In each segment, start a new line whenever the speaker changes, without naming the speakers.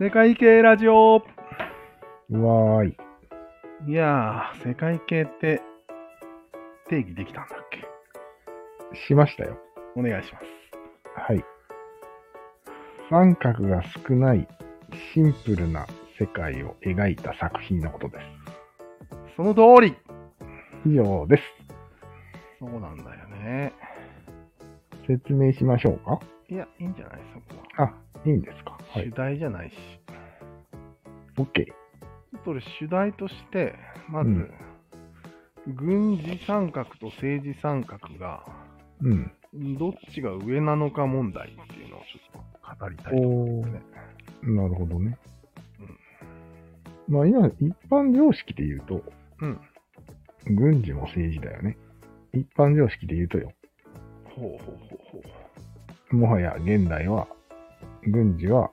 世界系ラジオ
わーい。
いやー、世界系って定義できたんだっけ
しましたよ。
お願いします。
はい。三角が少ないシンプルな世界を描いた作品のことで
その通り
す。以上です。
そうなんだよね。
説明しましょうか。
いや、いいんじゃないそこは。
あ、いいんですか。はい
主。題じゃないし。ち
OK。
ょっと俺、主題として、まず、
うん
軍事三角と政治三角が、
うん。
どっちが上なのか問題っていうのをちょっと語りたいと思
お
う
ー
んですね。
なるほどね。まあ今、一般常識で言うと、
うん。
軍事も政治だよね。一般常識で言うとよ。
ほうほうほうほう。
もはや現代は、軍事は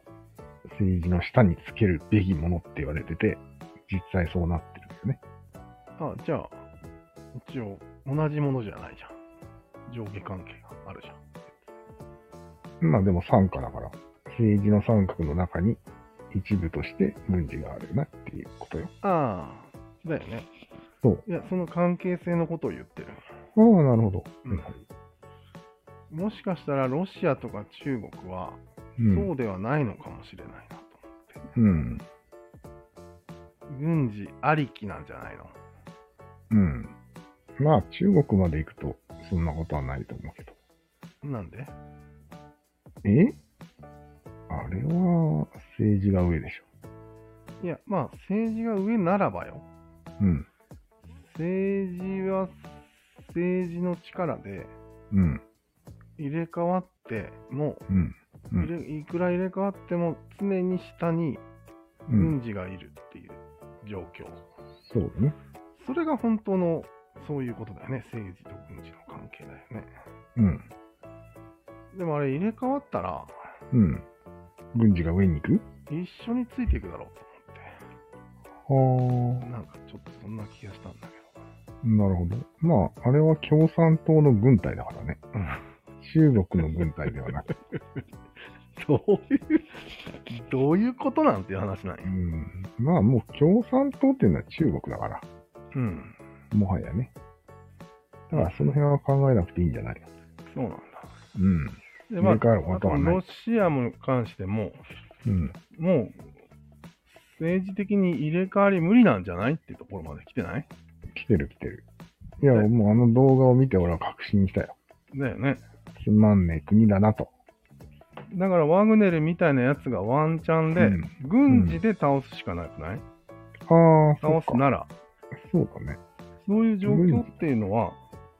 政治の下につけるべきものって言われてて、実際そうなってるんですよね。
あ、じゃあ、一応、同じものじゃないじゃん。上下関係があるじゃん。
まあでも参加だから、政治の三角の中に一部として軍事があるなっていうことよ。
ああ、だよね。
そう。
いや、その関係性のことを言ってる。
ああ、なるほど。
うんもしかしたら、ロシアとか中国は、
うん。
そうではないのかもしれないなと思って。
うん。
軍事ありきなんじゃないの
うん。まあ中国まで行くと、そんなことはないと思うけど。
なんで
えあれは政治が上でし
いや、まあ、政治が上ならばよ。
ょ。うん。
政治は、政治の力で
うん。
入れ替わっても、
うん。う
入れいくら入れ替わっても常に下に
うん。
軍事がいるっていう状況、
そうだね。
それが本当のそういうことだよね政治と軍事の関係だよね
うん。
でもあれ入れ替わったら
うん。軍事が上に行く
一緒についていくだろうと思って
は
なんかちょっとそんな気がしたんだけ
あ、なるほど。まあ、あれは共産党の軍隊だからね。中国の軍隊で はなく。
どどういうどういうことなんていう話なんや
うん。まあ、もう共産党っていうのは中国だから。
うん
もはやね。だから、その辺は考えなくていいんじゃない
そうなんだ
うん。
で
入れ替わることはない
あとロシアに関しても
うん。
もう政治的に入れ替わり無理なんじゃないっていうところまで来てない
来てる来てる。いや、
ね
もうあの動画を見て俺は確信したよ。
だよね
つまんねえ国だなと。
だからワグネルみたいなやつがワンチャンで、
うん
軍事で倒すしかなくない、
ああ、そ
倒
う
す
か。
なら。
そうだね。
そういう状況っていうのは、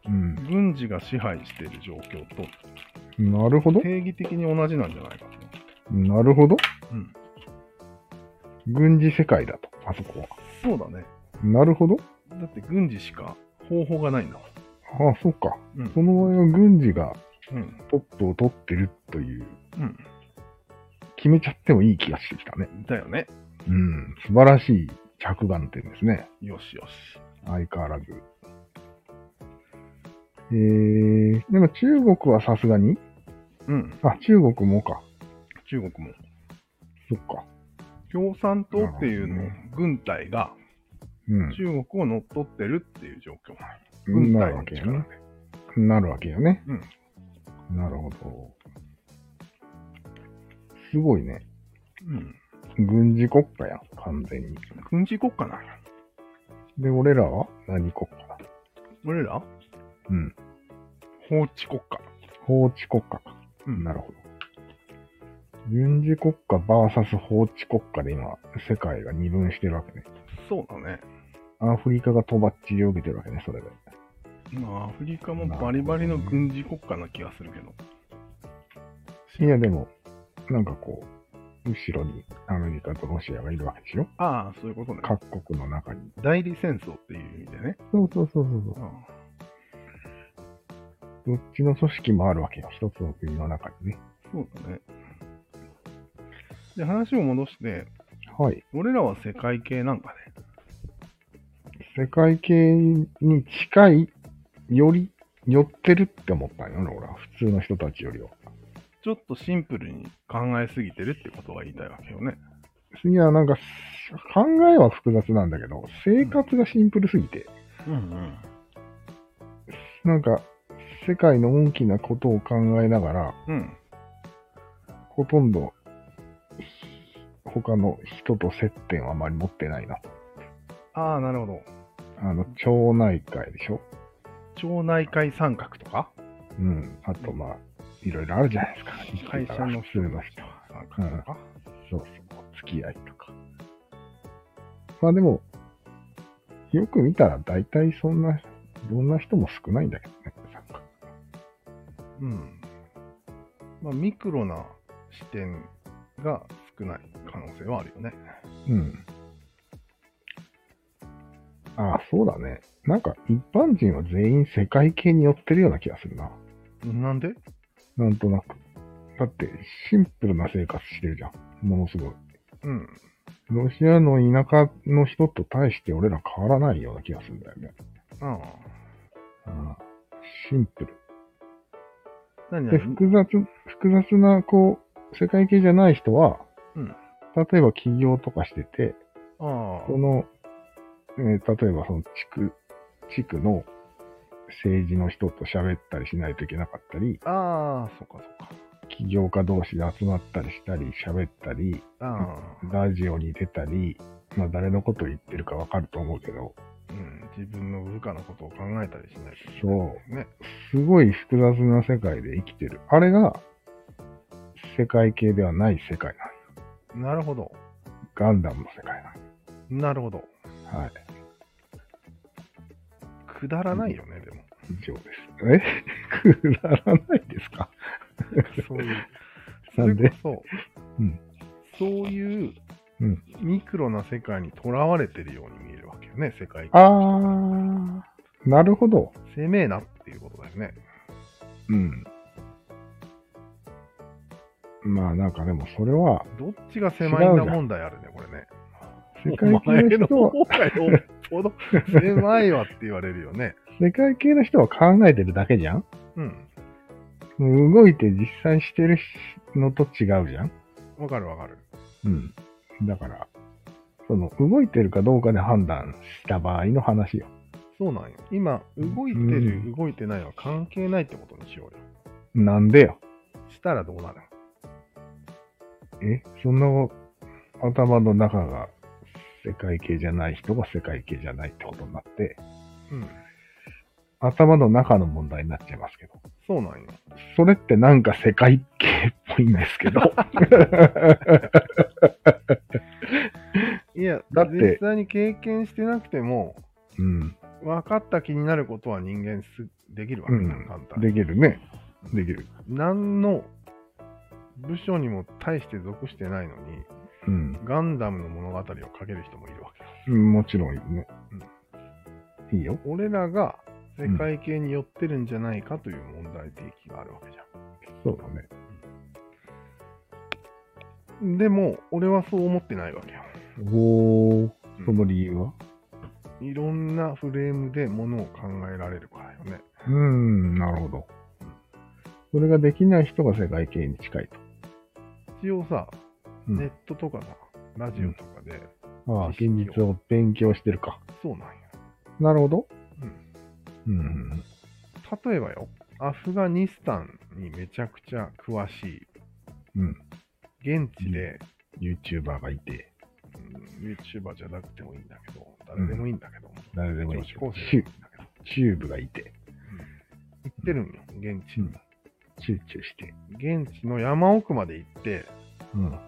うん。
軍事が支配している状況と
なるほど。
定義的に同じなんじゃないかと。
なるほど。
うん、
軍事世界だと、あそこは。
そうだね。
なるほど。
だって軍事しか方法がないんだも
ああ、そうか。
ん。うん
その場合は軍事が
うん
トップを取ってるという、
う
決めちゃってもいい気がしてきたね。
ん、だよね。
うん。素晴らしい着眼点ですね。
よしよし。
相変わらず。えー、でも中国はさすがに
うん、
あ、中国もか。
中国も。
そっか。
共産党っていうの、軍隊が
うん。
中国を乗っ取ってるっていう状況。軍
な
隊
るわ
の
け
力
よね。なるわけよね。
うん
なるほど。すごいね。
うん、
軍事国家やん、完全に。
軍事国家なんや。
で、俺らは何国家だ
俺ら
うん。
法治国家。
法治国家か。
うん
なるほど。軍事国家 VS 法治国家で今、世界が二分してるわけね。
そうだね。
アフリカがとばっちりを受けてるわけね、それで。
まあ、アフリカもバリバリの軍事国家な気がするけど。
いや、でも、なんかこう、後ろにアメリカとロシアがいるわけでしょ
ああ、そういうことね。
各国の中に。
代理戦争っていう意味でね。
そうそうそうそうそう。
ああ
どっちの組織もあるわけよ。一つの国の中にね。
そうだね。で、話を戻して、
はい。
俺らは世界系なんかね。
世界系に近い、より、寄ってるって思ったんよね、俺は。普通の人たちよりは。
ちょっとシンプルに考えすぎてるってことが言いたいわけよね。
いや、なんか、考えは複雑なんだけど、生活がシンプルすぎて、
うんうん。
なんか、世界の大きなことを考えながら、
うん。
ほとんど、他の人と接点はあまり持ってないな。
ああ、なるほど。
あの、町内会でしょ
町内会参画とか
うん。あと、まあ、いろいろあるじゃないですか。
会社の
普通の人。
参画とか、
そうそう。付き合いとか。まあでも、よく見たら大体そんな、どんな人も少ないんだけどね。
うん、まあ、ミクロな視点が少ない可能性はあるよね。
うん。ああ、そうだね。なんか一般人は全員世界系に寄ってるような気がするな。
なんで
なんとなく。だって、シンプルな生活してるじゃん。ものすごい。
うん。
ロシアの田舎の人と対して俺ら変わらないような気がするんだよね。
ああ。
うんシンプル。
何
で、
々
複雑、複雑な、こう、世界系じゃない人は、
うん
例えば起業とかしてて、
ああ。
その、えー例えばその地区、地区の政治の人と喋ったりしないといけなかったり、
ああ、そっかそっか。
起業家同士で集まったりしたり、喋ったり、
ああ、
ラジオに出たり、まあ誰のこと言ってるかわかると思うけど、
うん。自分の部下のことを考えたりしないといけない
そう、
ね。
すごい複雑な世界で生きてる。あれが、世界系ではない世界なんよ
なるほど。
ガンダムの世界
なるほど。
なんよはい。
くだらないよね、でも。
以上です。え くだらないですか
そういう。
なんで
それこそ、
うん
そういう
うん
ミクロな世界にとらわれてるように見えるわけよね、世界
あー、なるほど。
せめえなっていうことだよね。
うん。まあなんかでもそれは、
どっちが狭いんだ問題あるね、これね。
世界系の人は、
お前の方がよっぽど狭いわって言われるよね。
世界系の人は考えてるだけじゃん
うん。
動いて実際してるのと違うじゃん
わかるわかる。
うん。だから、その、動いてるかどうかで判断した場合の話よ。
そうなんよ。今、動いて
う
る、動いてないは関係ないってことにしようよ。
なんでよ。
したらどうなる
えそんな頭の中が世界系じゃない人が世界系じゃないってことになって、
うん。
頭の中の問題になっちゃいますけど。
そうなんよ。
それってなんか世界系っぽいんですけど。
いや、
だって
実際に経験してなくても、
うん。
分かった気になることは人間すできるわ
う
けじゃん、簡
ん。
単に。
できるね。できる。
何の部署にも対して属してないのに、
うん。
ガンダムの物語を書ける人もいるわけよ。
もちろんいいね。いいよ。
俺らが世界系に寄ってるんじゃないかという問題提起があるわけじ
そうだね。
ゃん。でも、俺はそう思ってないわけよ。
お
う
ー、
ん
その理由はい
ろんなフレームでものを考えられるからよね。
うーん、なるほど。それができない人が世界系に近い
一応さ、
うん
ネットとかさ、ラジオとかで、
と。ああ、
知識
現
を
実を勉強してるか。
そうなんや。
なるほど。
うん
うん。
例えばよ、アフガニスタンにめちゃくちゃ詳し
うん。
い、現地で、
YouTuber がいて、
うん YouTuber じゃなくてもいいんだけど、誰でもいいんだけど、
誰でもいい
女
け
子
ど
高生でもいいんだけど、
チューブがいて、
行ってるんよ、現地に。
チューチューして。
現地の山奥まで行って、
うん。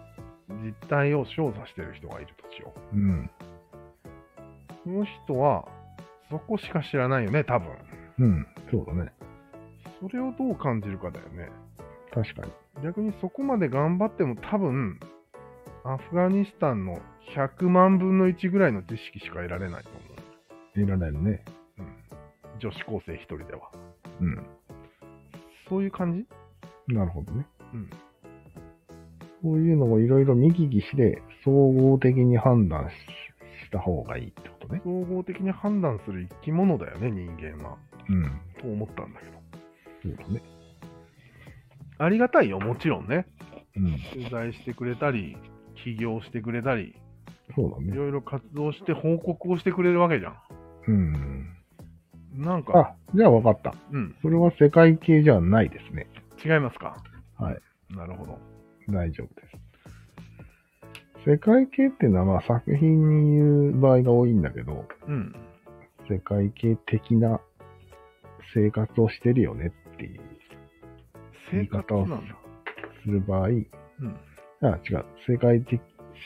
実態を調査してる人がいるとしよう。
うん。
その人は、そこしか知らないよね、多分。
うん。そうだね。
それをどう感じるかだよね。
確かに。
逆にそこまで頑張っても多分、アフガニスタンの100万分の1ぐらいの知識しか得られないと思
いらないのね。
う。うん、女子高生一人では。
うん。
そういう感じ
なるほどね。
うん。
そういうのをいろいろ見聞きして、総合的に判断しした方がいいってことね。
総合的に判断する生き物だよね、人間は。
うん。
と思ったんだけど。
そうだね。
ありがたいよ、もちろんね。
うん。
取材してくれたり、起業してくれたり、
そうだ
い
ね。
ろいろ活動して報告をしてくれるわけじゃ
うん。
ん。なんか、
あ、じゃあ分かった。
うん、
それは世界系じゃないですね。
違いますか
はい。
なるほど。
大丈夫です。世界系っていうのは、まあ作品に言う場合が多いんだけど、
うん。
世界系的な生活をしてるよねっていう、
生活なんだ。
する場合、
うん。
あ、違う。世界的、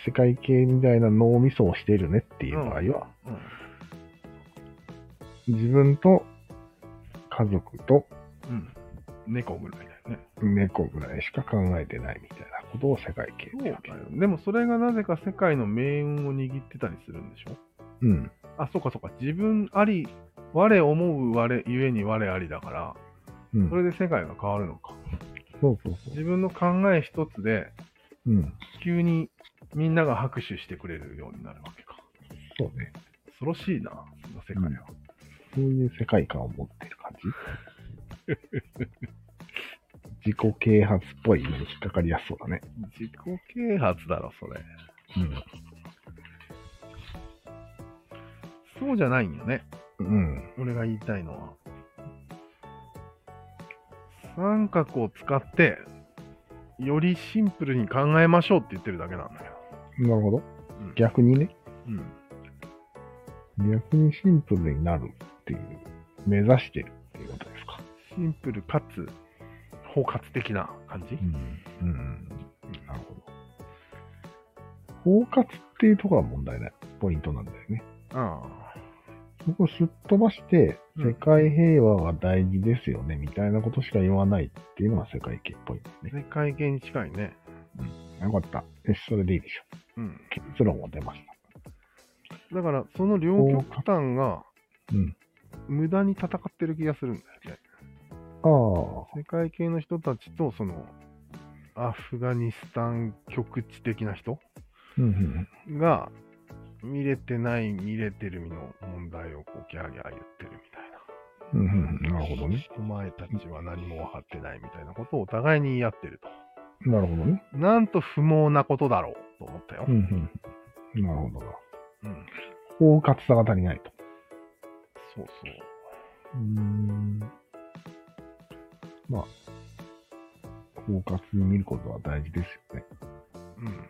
世界系みたいな脳みそをしているねっていう場合は、
うん
自分と家族と
うん。猫ぐらいだよね。
猫ぐらいしか考えてないみたいなことを世界系って言うわけ
だよ。でもそれがなぜか世界の命運を握ってたりするんでしょ
うん。
あ、そうかそうか。自分あり、我思う我ゆえに我ありだから、
うん。
それで世界が変わるのか。
そうそうそう。
自分の考え一つで、
うん。
急にみんなが拍手してくれるようになるわけか。
そうね。
恐ろしいな、その世界は。
そういう世界観を持ってる感 じ自己啓発っぽいのに引っかかりやすそうだね。
自己啓発だろ、それ。そうじゃないんよね。
うん。うん。
俺が言いたいのは。三角を使って、よりシンプルに考えましょうって言ってるだけなんだけど。
なるほど。
うん
逆にね。
うん
逆にシンプルになるっていう、目指してるっていうことですか。
シンプルかつ包括的な感じ、
ん。うん。なるほど。包括っていうところが問題ない。ポイントなんだよね。
あ
そこをすっ飛ばして、
うん
世界平和は大事ですよね、みたいなことしか言わないっていうのが世界系っぽいんだよ
あ、
ね。
世界系に近いね。
よかった。よしそれでいいでしょ
うん。
う。結論も出まし
だから、その両極端が
た。うん。
無駄に戦ってる気がするんだよね。
あ
世界系の人たちと、その、アフガニスタン局地的な人
あ。うんうん。
が、見れてない、見れてる身の問題をこうギャーギャー言ってるみたいな。
うんうん。なるほどね。。
お前たちは何も分かってないみたいなことをお互いに言い合ってる
なるほどね。
と。なんと不毛なことだろうと思ったよ。
うんうん。なるほどな。
うん。
包括さが足りないと。
そうそう。
うーん。まあ、包括に見ることは大事ですよね。
うん。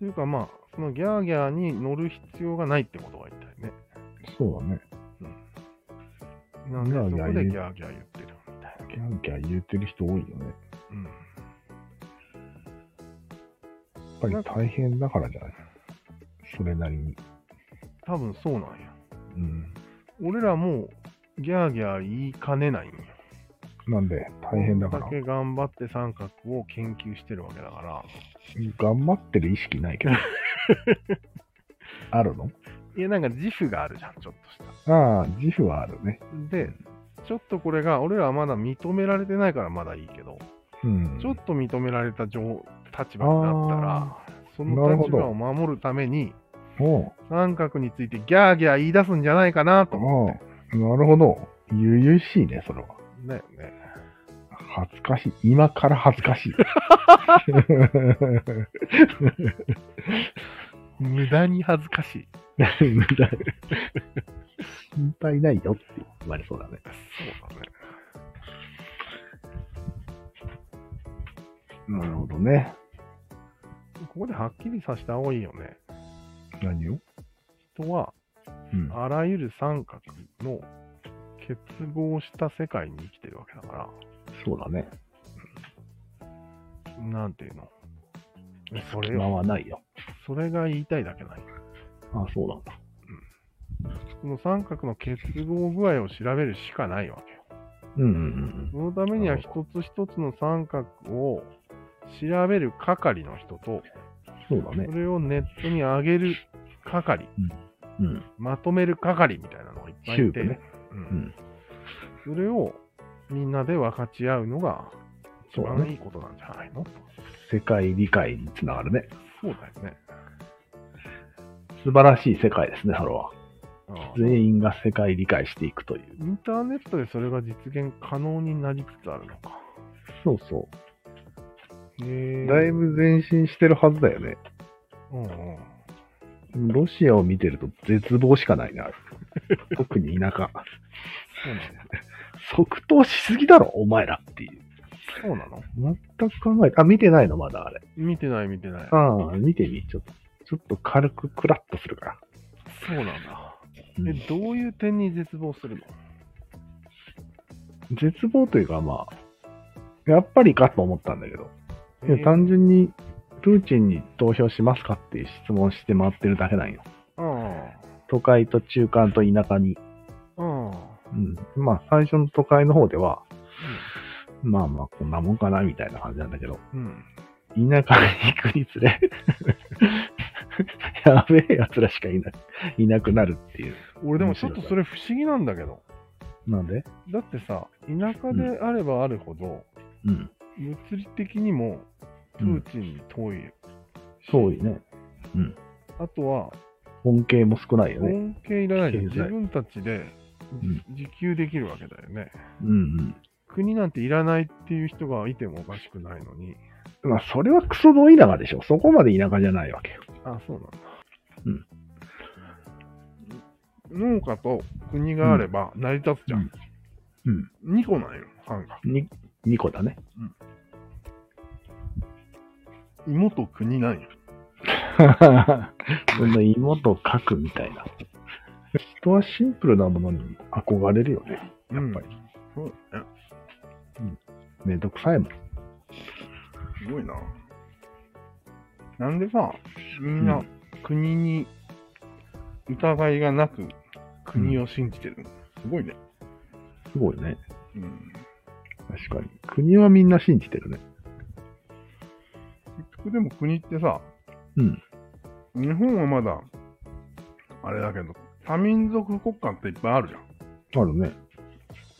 というかまあ、そのギャーギャーに乗る必要がないってことが言いたいね。
そうだね。
うん。なんでそこ
ギャ
で
ーギャー言う
ギャーギャー言ってるみたいな。
ギャンギャン言ってる人多いよね。
うん。
やっぱり大変だからじゃないそれなりに。
多分そうなんや。
うん。
俺らもうギャーギャー言いかねないんや。
なんで、大変だか
こ
ら
ん。だけ頑張って三角を研究してるわけだから。
頑張ってる意識ない けど。あるの
いや、なんか自負があるじゃん、ちょっとし
ああ、自負はあるね。
た。で、ちょっとこれが、俺らはまだ認められてないからまだいいけど、
うん。
ちょっと認められた状立場になったら、その
なるほ
立
ど
場を守るために、
お
三角についてギャーギャー言い出すんじゃないかなと
う
思
おうなるほど。ゆゆしいね、それは。
うんだよね。
恥ずかしい。今から恥ずか しい。
無駄に恥ずかしい。
みたいな心配ないよって言われそうだね。
そうだね。
なるほどね。
ここではっきりさせた方がいいよね。
何を
人は、
うん。
あらゆる三角の結合した世界に生きてるわけだか
そうだね。
ら、なんていうの。それ
今
よ。
はないよ。
それが言いたいだけない。
あ、そうなんだ。
その三角の結合具合を調べるしかないわけよ。
うんうん
そのためには
なる
一つ一つの三角を調べる係の人と、
うん。そうだね
そ。れをネットに上げる係、
うん。
まとめる係みたいなのがいっぱいいて、
チューブね
うんそれをみんなで分かち合うのが一
そうだ
番い
ね。
いことなんじゃないの
世界理解につながるね。
そうだよね。
素晴らしい世界ですね、それは。
ああ
全員が世界理解していくという。
インターネットでそれが実現可能になりつつあるのか。
そうそう。
え
だいぶ前進してるはずだよね。
うんうん。
でもロシアを見てると絶望しかないな。特に田舎。
そうなの
即答しすぎだろ、お前らっていう。
そうなの
全く考えて、あ、見てないの、まだあれ。
見てない見てない。
ああ、見てみ、ちょっと。ちょっと軽くクラッとするから。
そうなんだ。
う
え
ん、
どういう点に絶望するの
絶望というか、まあ、やっぱりかと思ったんだけど、いや単純に、プーチンに投票しますかっていう質問して回ってるだけなんよ。
あ
都会と中間と田舎に。
あ、あ
うん。まあ、最初の都会の方では、まあまあ、こんなもんかな、みたいな感じなんだけど、
うん。うん。
田舎に行くにつれ、 やべえ奴らしかいな、いなくなるっていう。
俺でもちょっとそれ不思議なんだけど。
なんで
だってさ、田舎であればあるほど、
うん。
物理的にもプ
うん
ーチンに遠いよ。
そういね。
あとは、
恩恵も少ないよね。
恩恵いらないで
経済
自分たちで
うん
自給できるわけだよね。
うん
国なんていらないっていう人がいてもおかしくないのに。
うん。まあ、それはクソど田舎でしょ。そこまで田舎じゃないわけよ。
あ、そうなんだ。うん。農家と国があれば成り立つじゃん。
うん。
2個なんよ、藩が。
に、2個だね。
芋と国なんよ。
そんな妹を書くみたいな。人はシンプルなものに憧れるよね。やっぱり。
そうだね。
めんどくさいもん。
すごいな。なんでさ、みんな
うん
国に疑いがなく国を信じてるの、すごいね。
すごいね。
うん。
確かに。国はみんな信じてるね。
結局でも国ってさ、
うん。
日本はまだ、あれだけど、多民族国家っていっぱいあるじゃん。
あるね。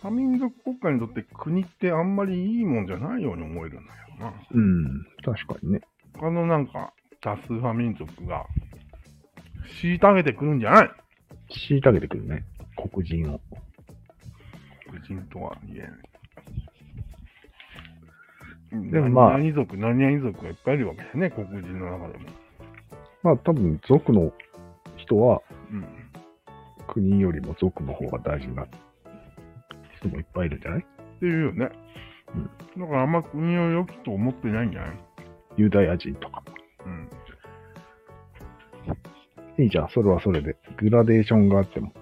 多民族国家にとって国ってあんまりいいもんじゃないように思えるんだけどな。
うん。確かにね。
他のなんか多数派民族が虐げてくるんじゃない
虐げてくるね。黒人を。
黒人とは言えない。
でもまあ
何々族、何々族がいっぱいいるわけだよね、黒人の中でも。
まあ多分、族の人は
うん。
国よりも族の方が大事な人もいっぱいいるんじゃない
っていうよね。
うん
だからあんま国を良きと思ってないんじゃない
ユダヤ人とか。
うん。
いいじゃん。それはそれで。グラデーションがあっても。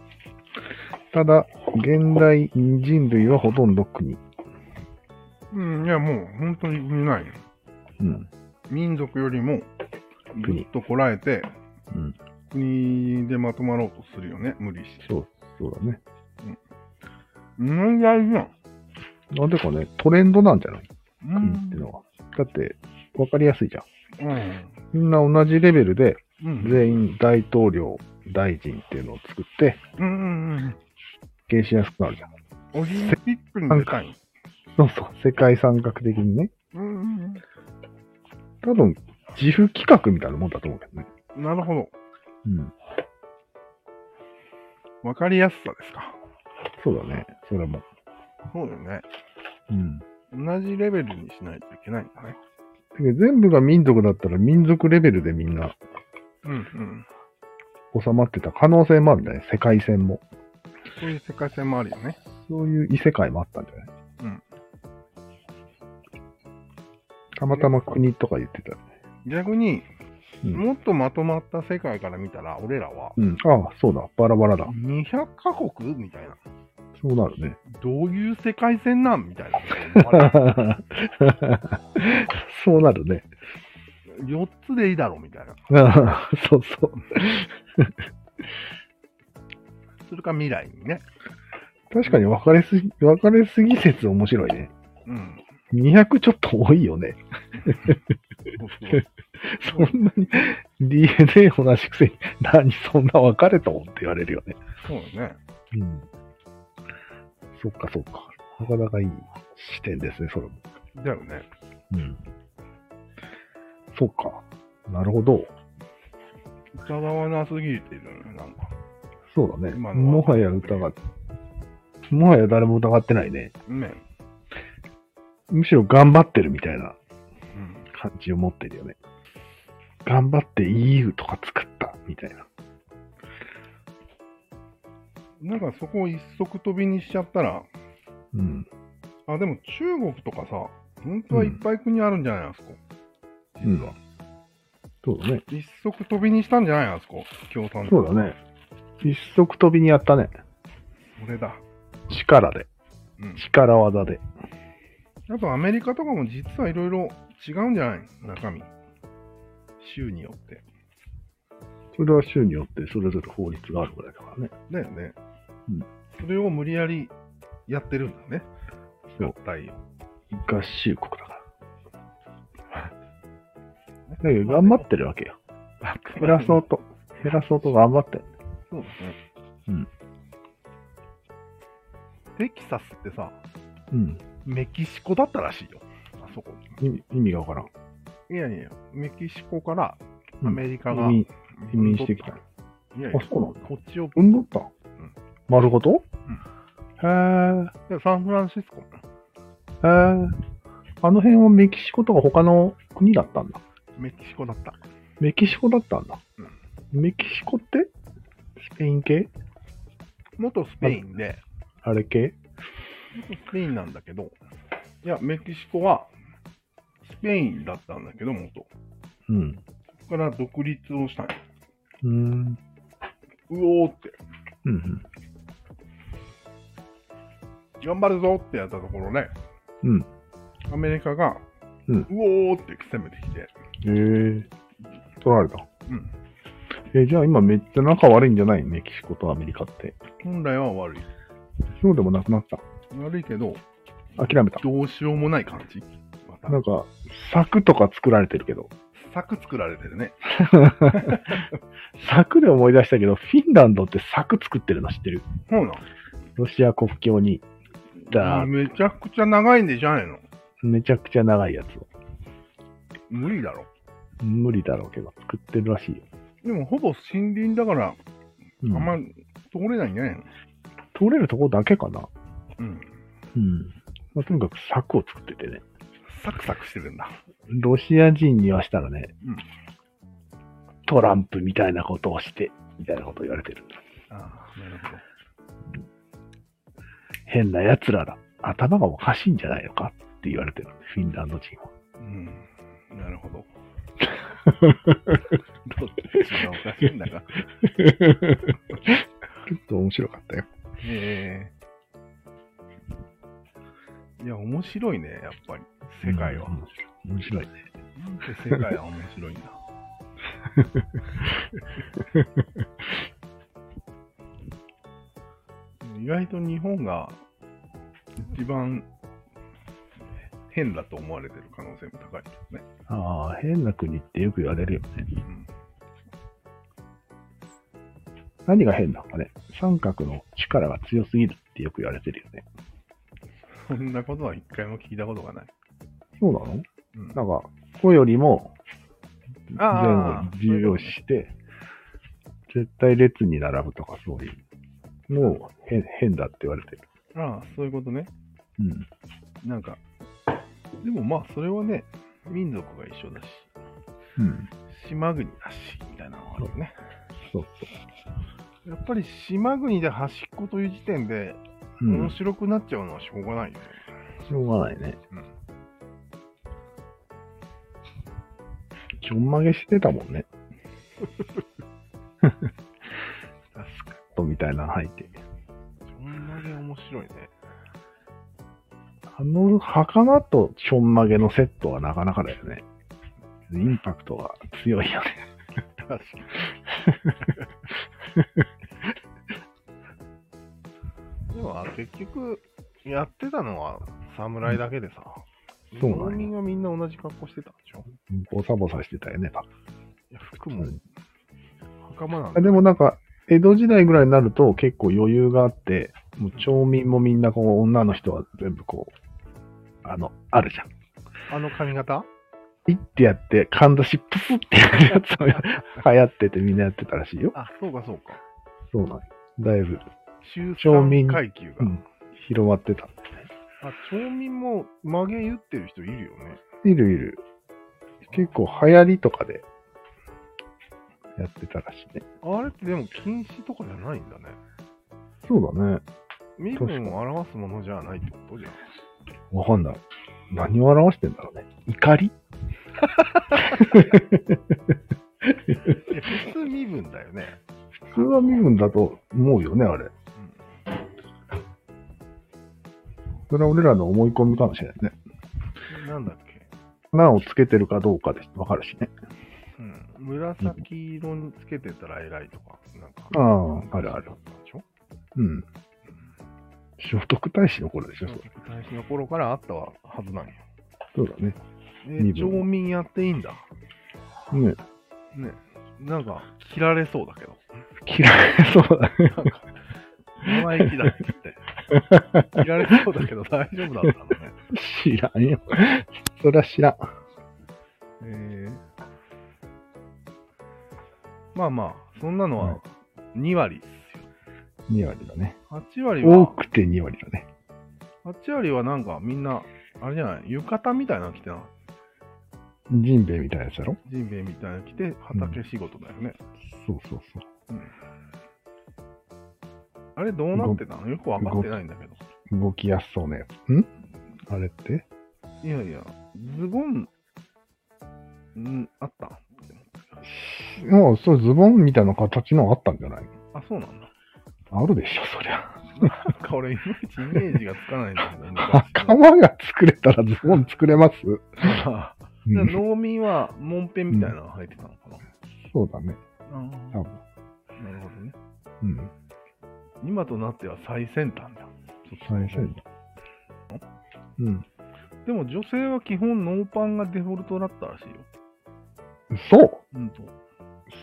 ただ、現代人類はほとんど国。
うん、いやもう本当に国ないよ。
うん。
民族よりもぐっとこらえて、
うん。
国でまとまろうとするよね、無理して。
そう、そうだね。
うん、大事な
なんでかね、トレンドなんじゃない
の。
国ってのは。だって、わかりやすいじゃん。
うん。
みんな同じレベルで、
うん。
全員大統領、大臣っていうのを作って、
うんうんうん。
経営しやすくなるじゃん。
オリンピックに出たい。
そうそう。世界三角的にね。
うんうん
多分、自負企画みたいなもんだと思うけどね。
うん。なるほど。
うん。
わかりやすさですか。
そうだね。それも。
そうだよね。
うん。
同じレベルにしないといけないんだね。
だけど全部が民族だったら民族レベルでみんな
うんうん。
収まってた可能性もあるんじゃない世界線も。
そういう世界線もあるよね。
そういう異世界もあったんじゃない
うん。
たまたま国とか言ってた。
逆に、
うん。
もっとまとまった世界から見たら、俺らは、
うん、ああ、そうだ。バラバラだ。
200カ国みたいな。
そうなるね。
どういう世界線なんみたいなこと思わ
そうなるね。
れ る。4つでいいだろ、みたいな。
ああ そうそう。
それか未来にね。
確かに分かれすぎ、分かれすぎ説面白いね。
うん。
200ちょっと多いよね。
そうそう
そんなに DNA 同じくせに、何そんな分かれたもんって言われるよね。
そうだね。
うん。そっかそっか。なかなかいい視点ですね、それも。
だよね。
うん。そっか。なるほど。
疑わなすぎてるのよ、なんか。
そうだね。
今のは
もはや疑っ、もはや誰も疑ってないね。
ね。
むしろ頑張ってるみたいな
うん。
産地を持ってるよね。頑張って EU とか作った、みたいな。
なんかそこを一足飛びにしちゃったら、
うん。
あ、でも中国とかさ、本当はいっぱい国あるんじゃないあそこ。実は。
そうだね。
一足飛びにしたんじゃないあそこ。共産
そうだね。一足飛びにやったね。
それだ。
力で。
うん。
力技で。
あとアメリカとかも実はいろいろ違うんじゃない中身。州によって。
それは州によってそれぞれ法律があるぐらいだからね。
だよね。
うん
それを無理やりやってるんだね。
そう
合体を。
合衆国だから。だけど頑張ってるわけよ。減らそうと。減らそうと頑張って。
そうだね。
うん。
テキサスってさ、
うん。
メキシコだったらしいよ。あそこ。
い意味がわからん。
いやいや、メキシコから
うん
アメリカが、
移民移民してきた。あ、
いやいや、
そうなんだ。
こっちを、
うんだった。
ん
丸ごと、へ
いやサンフランシスコ。
え。へえ。あの辺はメキシコとか他の国だったんだ。
メキシコだった。
メキシコだったんだ。メキシコってスペイン系
元スペインで、
あれ系
元スペインなんだけど、いや、メキシコはスペインだったんだけど、元。こ
うん。
こから独立をしたんよ
うーん。
うおーって、
うんうん。
頑張るぞってやったところね、
うん。
アメリカが、
うん
うおーって攻めてきて、
えー、取られた。
うん、
えーじゃあ今めっちゃ仲悪いんじゃないメキシコとアメリカって。
本来は悪い。
そうでもなくなった。
悪いけど、
諦めた。
どうしようもない感じ。また
なんか、柵とか作られてるけど。
柵作られてるね。
柵で思い出したけど、フィンランドって柵作ってるの知ってる
ほう
ロシア国境に。
な
だ
ん。めちゃくちゃ長いんでじゃないの
めちゃくちゃ長いやつを。
無理だろ。
無理だろうけど、作ってるらしいよ。
でもほぼ森林だから、あ
う
ん
ん
ま通れないんじゃないの
通れるとこだけかな。
うん。
うん。まあ、とにかく柵を作っててね。
サクサクしてるんだ。
ロシア人にはしたらね、
うん
トランプみたいなことをして、みたいなことを言われてる。
ああ、なるほど。
変な奴らだ。頭がおかしいんじゃないのかって言われてる。フィンランド人は。
うん。なるほ ど。どっちがおかしいんだか。
ちょっと面白かったよ。
ええいや、面白いね、やっぱり。世界は。
うん。面白いね。
なんて世界は面白いんだ。意外と日本が一番変だと思われてる可能性も高いですね。
ああ、変な国ってよく言われるよね。
うん
何が変なのかね。三角の力が強すぎるってよく言われてるよね。
そんなことは一回も聞いたことがない。
そうなの
うん
なんか、こよりも前
ああ
後重要視して、絶対列に並ぶとかそういうのを変変だって言われてる。
ああ、そういうことね。
うん。
なんか、でもまあ、それはね、民族が一緒だし、
うん。
島国だし、みたいなのがあるよね。
そう
やっぱり島国で端っこという時点で、
そう。う
面
ん。し
白くなっちゃうのはしょうがないよね。
ょうがないね。
うん
ちょんまげしてたもんね。
確か
とみたいなの履いて。
に。そんなに面白いね。
あの、袴とちょんまげのセットはなかなかだよね。インパクトが強いよね。
確かに。でもあ結局、やってたのは侍だけでさ、
そうな
日
んや
本人がみんな同じ格好してたんでしょ
ボサボサしてたよね、多分
いや服も袴なん
あ
だ。
でもなんか、江戸時代ぐらいになると結構余裕があって、もう町民もみんなこう、女の人は全部こう、あの、あるじゃん。
あの髪型
いってやって、かんだし、プスってやるやつも 流行っててみんなやってたらしいよ。
あ、そうかそうか。
そうなんよだいぶ、
中
町
産
民
階級が。
うん広まってた。
あ、町民も曲げ言ってる人いるよね。
いるいる。結構流行りとかでやってたらしいね。
あれってでも禁止とかじゃないんだね。
そうだね。
身分を表すものじゃないってことじゃん。
わかんない。何を表してんだろうね。怒り
いや普通身分だよね。
普通は身分だと思うよね、あれ。それは俺らの思い込みかもしれないね。
うん、なんだっけ。
花をつけてるかどうかでわかるしね。
うん、紫色につけてたら偉いとか、なんか。
あああるある。
でしょ
うん。聖徳太子の頃でしょ、それ
大使の頃からあったはずなんよ。
そうだね。
え、
身分
町民やっていいんだ。
ね
ね。なんか、切られそうだけど。
嫌い。そうだね。
生意気だっつって。 切られそうだけど大丈夫だったのね。
知らんよ。そりゃ知らん。
えー、まあまあ、そんなの
はい
は2割ですよ。
2割だね。
8割
多
は、
くて2割だね。
8割はなんかみんな、あれじゃない、浴衣みたいなの着てな、
ジンベエみたいなやつだろ
ジンベエみたいなの着て畑仕事だよね。
そうそうそう。
あれどうなってたのよくわかってないんだけど。
動きやすそうなやつ。んあれって
いやいや、ズボン、んあった
もう、そう、ズボンみたいな形のあったんじゃない
あ、そうなんだ。
あるでしょ、そりゃ。
なんか俺、いまいちイメージがつかないんだけど昔
袴が作れたらズボン作れます
の。 あ
う
じゃあ
ん
農民は、もんぺみたいなの履いてたのかな。
そうだね。
あ
多分。
あ、なるほどね。
うん。
今となっては最先端だ。
最初に。うん。
でも女性は基本ノーパンがデフォルトだったらしいよ。
そ
う
う
んと、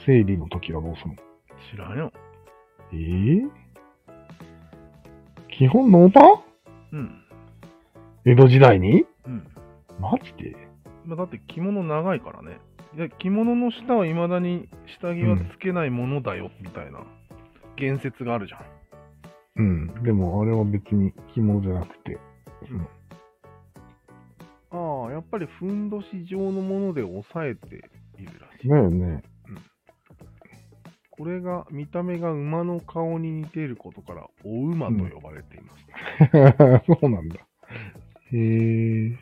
生理の時はどうするの
知らんよ。
ええ基本ノーパン
うん。
江戸時代に
うん。
マジで
まあ、だって着物長いからね。いや着物の下はいまだに下着はつけないものだよ、みたいな言説があるじゃん。
うん。でもあれは別に着物じゃなくて、その
ああ、やっぱりふんどし状のもので抑えているらしい。
だよね。
これが見た目が馬の顔に似ていることから、お馬と呼ばれています。
そうなんだ。へえ。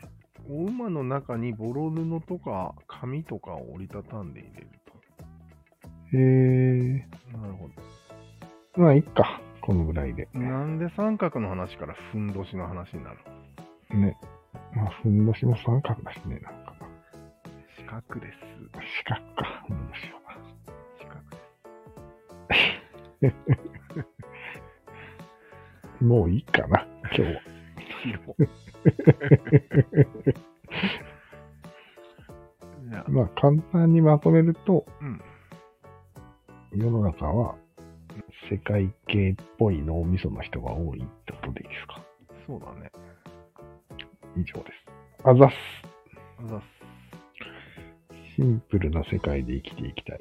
お馬の中にボロ布とか紙とかを折りたたんで入れる
へえ。
と。なるほ
まあ、いっか。このぐらいで。
ど。なんで三角の話からふんどしの話になるの
ね。まあ、ふんどしも三角だしね、なんか。
四角です。
四角か、ふんどしは。
四角です。
もういいかな、今日は。
いや、
まあ、簡単にまとめると、
うん。
世の中は、世界系っぽい脳みその人が多いってことでいいですか。
そうだね。
以上です。あざっす。
あざっす。
シンプルな世界で生きていきたい。